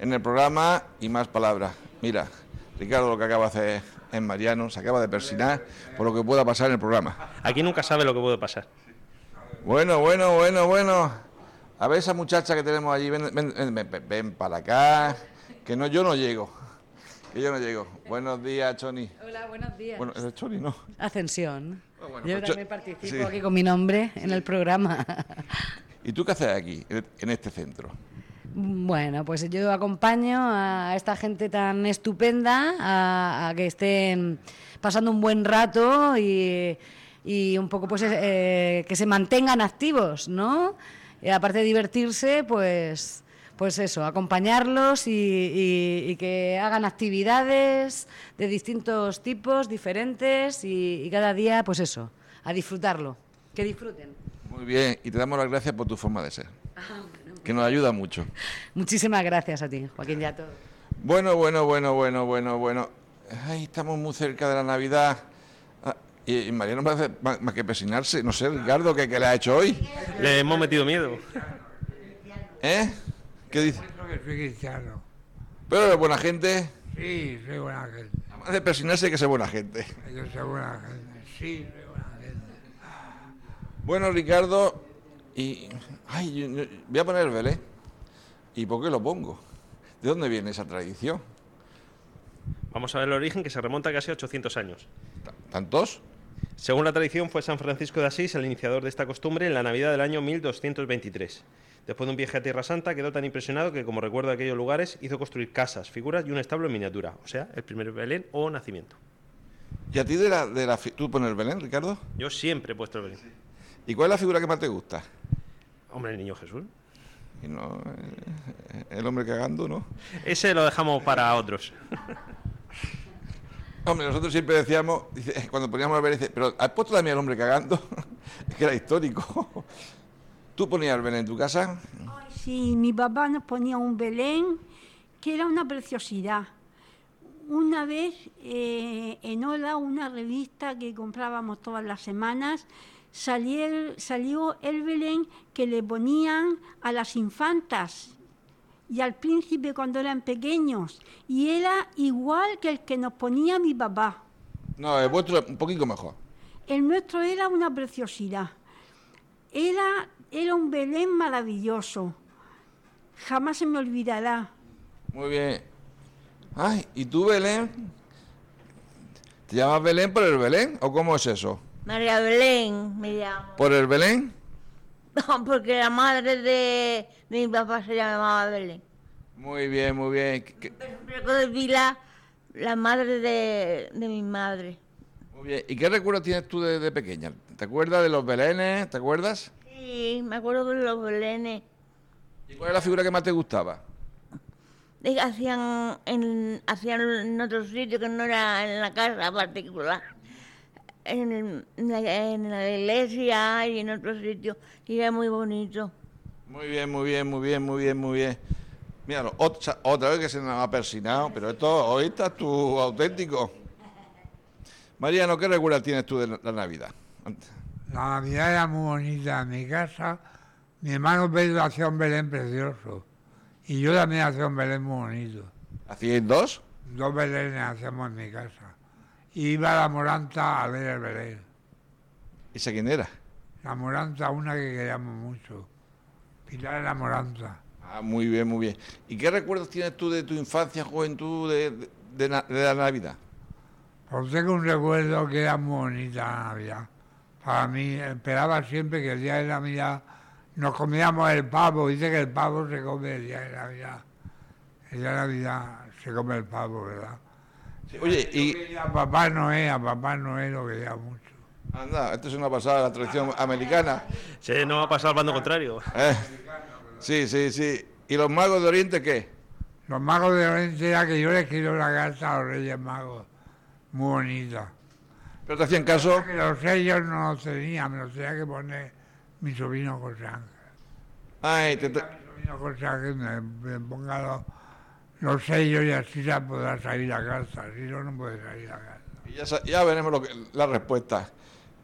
en el programa y más palabras. Mira, Ricardo lo que acaba de hacer en Mariano, se acaba de persinar por lo que pueda pasar en el programa. Aquí nunca sabe lo que puede pasar. Bueno, bueno, bueno, bueno. A ver esa muchacha que tenemos allí, ven, ven, ven, ven- ven para acá, que no, yo no llego, que yo no llego. Buenos días, Choni. Hola, buenos días. Bueno, es Choni, ¿no? Ascensión. Yo pues también yo- participo sí. aquí con mi nombre en el programa. ¿Y tú qué haces aquí, en en este centro? bueno, pues yo acompaño a esta gente tan estupenda a, a que estén pasando un buen rato y, y un poco pues eh, que se mantengan activos, ¿no? Y aparte de divertirse, pues... Pues eso, acompañarlos y, y- y que hagan actividades de distintos tipos, diferentes y- y cada día, pues eso, a disfrutarlo, que disfruten. Muy bien, y te damos las gracias por tu forma de ser, que nos ayuda mucho. Muchísimas gracias a ti, Joaquín, y a todos. Bueno, bueno, bueno, bueno, bueno, bueno. Ay, estamos muy cerca de la Navidad. Ah, y, y Mariano me hace ma- más, que persinarse. No sé, Ricardo, ¿qué, qué le ha hecho hoy? Le hemos metido miedo. ¿Eh? ¿Qué dice? Creo que soy cristiano. Pero eres buena gente. Sí, soy buena gente. Más de persinarse hay que ser buena gente. Yo soy buena gente. Sí, soy buena gente. Bueno, Ricardo, y. Ay, yo- yo- voy a poner el Belé. ¿Y por qué lo pongo? ¿De dónde viene esa tradición? Vamos a ver el origen que se remonta casi a 800 años. ¿Tan- ¿Tantos? Según la tradición, fue San Francisco de Asís el iniciador de esta costumbre en la Navidad del año 1223. Después de un viaje a Tierra Santa, quedó tan impresionado que, como recuerdo de aquellos lugares, hizo construir casas, figuras y un establo en miniatura, o sea, el primer Belén o nacimiento. ¿Y a ti de la, de la fi- tú pones el Belén, Ricardo? Yo siempre he puesto el Belén. ¿Y cuál es la figura que más te gusta? Hombre, el niño Jesús. Y no, eh, el hombre cagando, ¿no? Ese lo dejamos para otros. Hombre, nosotros siempre decíamos, dice, cuando poníamos el Belén, dice, pero ¿has puesto también al hombre cagando? es que era histórico. ¿Tú ponías el Belén en tu casa? Sí, mi papá nos ponía un Belén que era una preciosidad. Una vez eh, en Ola, una revista que comprábamos todas las semanas, salió el, salió el Belén que le ponían a las infantas y al príncipe cuando eran pequeños. Y era igual que el que nos ponía mi papá. No, el vuestro es un poquito mejor. El nuestro era una preciosidad. Era, era un Belén maravilloso. Jamás se me olvidará. Muy bien. Ay, ¿y tú, Belén? ¿Te llamas Belén por el Belén? ¿O cómo es eso? María Belén me llamo. ¿Por el Belén? No, porque la madre de mi papá se llamaba Belén. Muy bien, muy bien. ¿Qué- qué- Pero recuerdo vi la, la madre de, de mi madre. muy bien. ¿Y qué recuerdos tienes tú de, de pequeña? ¿Te acuerdas de los Belenes? ¿Te acuerdas? Sí, me acuerdo de los belenes ¿Y cuál es la figura que más te gustaba? de que hacían en, hacían en otro sitio que no era en la casa particular. En, en la, en la iglesia y en otro sitio. Y era muy bonito. Muy bien, muy bien, muy bien, muy bien, muy bien. Míralo, otra, otra vez que se nos ha persinado, pero esto, hoy estás tú auténtico. Mariano, ¿qué recuerdas tienes tú de la la Navidad? La Navidad era muy bonita en mi casa. Mi hermano Pedro hacía un Belén precioso. Y yo también hacía un Belén muy bonito. ¿Hacíais dos? Dos Belenes hacíamos en mi casa. Y iba a la Moranta a ver el Belén. ¿Esa quién era? La Moranta, una que queríamos mucho. Pilar de la Moranta. Ah, muy bien, muy bien. ¿Y qué recuerdos tienes tú de tu infancia, juventud, de, de- de na- de la Navidad? Pues tengo un recuerdo que era muy bonita la Navidad. Para mí, esperaba siempre que el día de Navidad nos comíamos el pavo. Dice que el pavo se come el día de Navidad. El día de Navidad se come el pavo, ¿verdad? Sí, Oye, Y y... a Papá Noé, a Papá Noé lo veía mucho. Anda, esto es una pasada, la tradición americana. Se nos va a pasar al bando contrario. ¿eh? Sí, sí, sí. ¿Y los magos de Oriente qué? Los magos de Oriente era que yo le escribo la carta a los Reyes Magos, muy bonita. Pero te hacían caso. Que los sellos no los tenía, me los tenía que poner mi sobrino José Ángel. Ay, te tra- Mi sobrino José Ángel me, me ponga los, los sellos y así ya podrá salir la carta, si no, no puede salir la carta. y ya, sa- ya veremos lo que- la respuesta.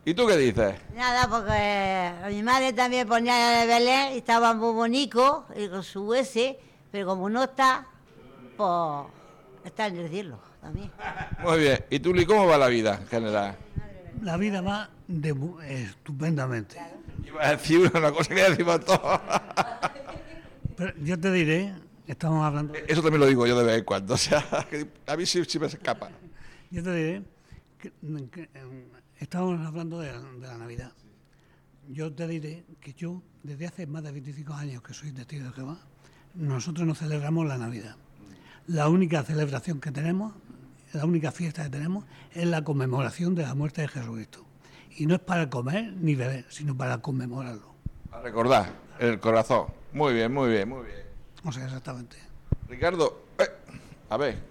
¿Y tú qué dices? Nada, porque mi madre también ponía de Belén y estaba muy bonito y con su S, pero como no está, pues está en el cielo también. Muy bien. ¿Y tú, Lee, cómo va la vida en general? La vida va de bu- estupendamente. Iba a decir una cosa que ya decimos todos. Pero yo te diré, estamos hablando, Eso también lo digo yo de vez en cuando. O sea, que a mí sí, sí me se escapa. yo te diré este que, que, em, estamos hablando de, de la Navidad. Yo te diré que yo, desde hace más de 25 años que soy testigo de Jehová, nosotros no celebramos la Navidad. La única celebración que tenemos, la única fiesta que tenemos, es la conmemoración de la muerte de Jesucristo. Y no es para comer ni beber, sino para conmemorarlo. A recordar, en el corazón. Muy bien, muy bien, muy bien. O sea, exactamente. Ricardo, eh, a ver,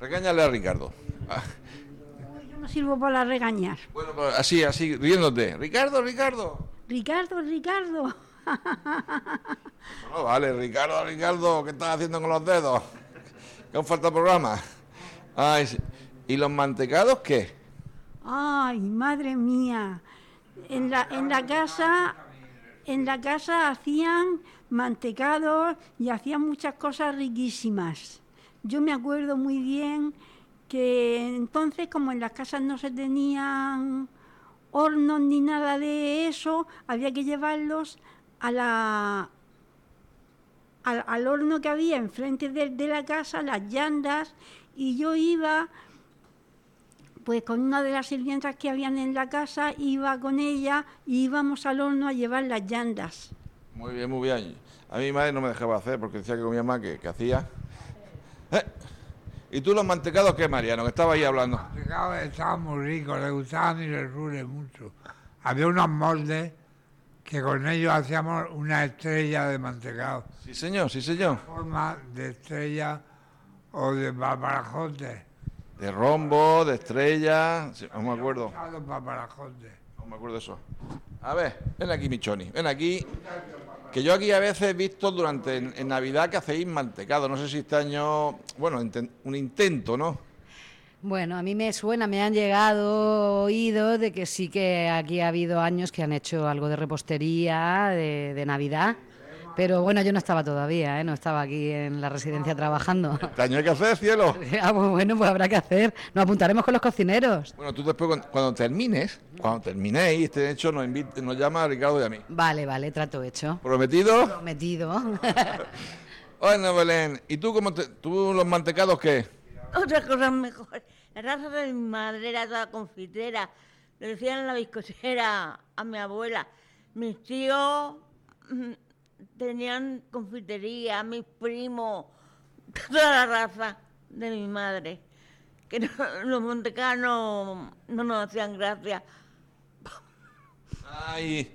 regáñale a Ricardo. Ah, Yo no sirvo para regañar. bueno, pero así, así, riéndote. Ricardo, Ricardo. Ricardo, Ricardo. No, vale, Ricardo, Ricardo, ¿qué estás haciendo con los dedos? Que aún falta programa. Ay, sí. ¿Y los mantecados qué? Ay, madre mía. En la, en la casa, en la casa hacían mantecados y hacían muchas cosas riquísimas. Yo me acuerdo muy bien que entonces, como en las casas no se tenían hornos ni nada de eso, había que llevarlos a la, al, al horno que había enfrente de, de la casa, las llandas, y yo iba pues con una de las sirvientas que habían en la casa, iba con ella y íbamos al horno a llevar las llandas. Muy bien, muy bien. A mí mi madre no me dejaba hacer porque decía que comía más que, que hacía. Eh, ¿Y tú los mantecados qué, Mariano? Que estaba ahí hablando. Estaba- Estaba muy rico, le gustaba a mi Jesús mucho. Había unos moldes que con ellos hacíamos una estrella de mantecado, Sí, señor, sí, señor. forma de estrella o de paparajote. De rombo, de estrella. sí, no me acuerdo. Los paparajotes. No me acuerdo eso. A ver, ven aquí, Michoni. Ven aquí. Que yo aquí a veces he visto durante en, en Navidad que hacéis mantecado. No sé si este año. Bueno, inten- un intento, ¿no? Bueno, a mí me suena, me han llegado oídos de que sí que aquí ha habido años que han hecho algo de repostería, de, de Navidad. Pero bueno, yo no estaba todavía, ¿eh? no estaba aquí en la residencia trabajando. Este año hay que hacer, cielo. Ah, pues bueno, pues habrá que hacer. Nos apuntaremos con los cocineros. Bueno, tú después, cuando, cuando termines, cuando terminéis este hecho, nos, invite- nos llama a Ricardo y a mí. Vale, vale, trato hecho. ¿Prometido? Prometido. Bueno, Belén, ¿y tú cómo te, tú los mantecados qué? Otra cosa mejor. La raza de mi madre era toda confitera. Le decían la bizcochera a mi abuela. Mis tíos mm, tenían confitería, mis primos, toda la raza de mi madre. Que no- los montecanos no nos hacían gracia. Ay,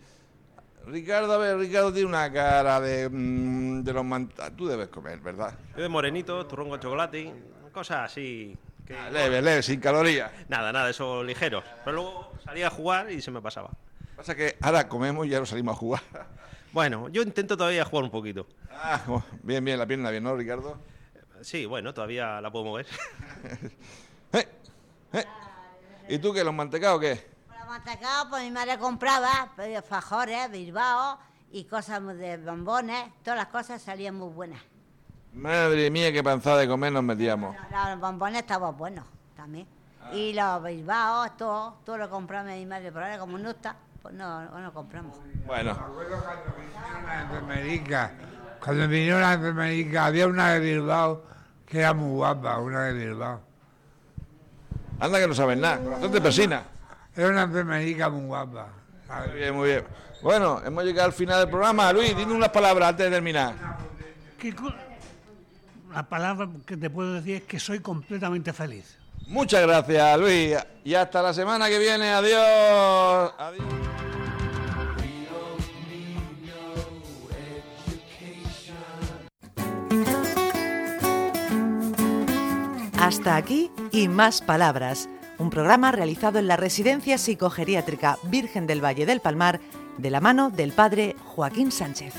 Ricardo, a ver, Ricardo tiene una cara de, mm, de los mantecados. Tú debes comer, ¿verdad? Yo de morenito, turrón con chocolate, cosas así. que- Ah, Leve, leve, sin calorías. Nada, nada, eso ligero. Pero luego salía a jugar y se me pasaba. Pasa que ahora comemos y ya no salimos a jugar. Bueno, yo intento todavía jugar un poquito. Ah, oh, bien, bien, la pierna bien, ¿no, Ricardo? Sí, bueno, todavía la puedo mover. Eh, eh. ¿Y tú qué, los mantecados qué? Para mantecado, pues mi madre compraba pues, fajores, bilbao y cosas de bombones, todas las cosas salían muy buenas. Madre mía, qué panzada de comer nos metíamos. Los bombones estaban buenos también. Y los bilbaos, todo, todo lo compraba mi madre, pero ahora como no está, pues no, no lo compramos. Bueno, Recuerdo cuando vinieron las enfermericas, cuando vinieron las enfermericas, había una de Bilbao que era muy guapa, una de Bilbao. anda que no sabes nada, corazón de persina. Era una enfermerica muy guapa. Muy bien, muy bien. Bueno, hemos llegado al final del programa. Luis, dime unas palabras antes de terminar. ¿Qué co- la palabra que te puedo decir es que soy completamente feliz. Muchas gracias, Luis. Y hasta la semana que viene. Adiós. Adiós. Hasta aquí y más palabras, un programa realizado en la Residencia Psicogeriátrica Virgen del Valle del Palmar de la mano del padre Joaquín Sánchez.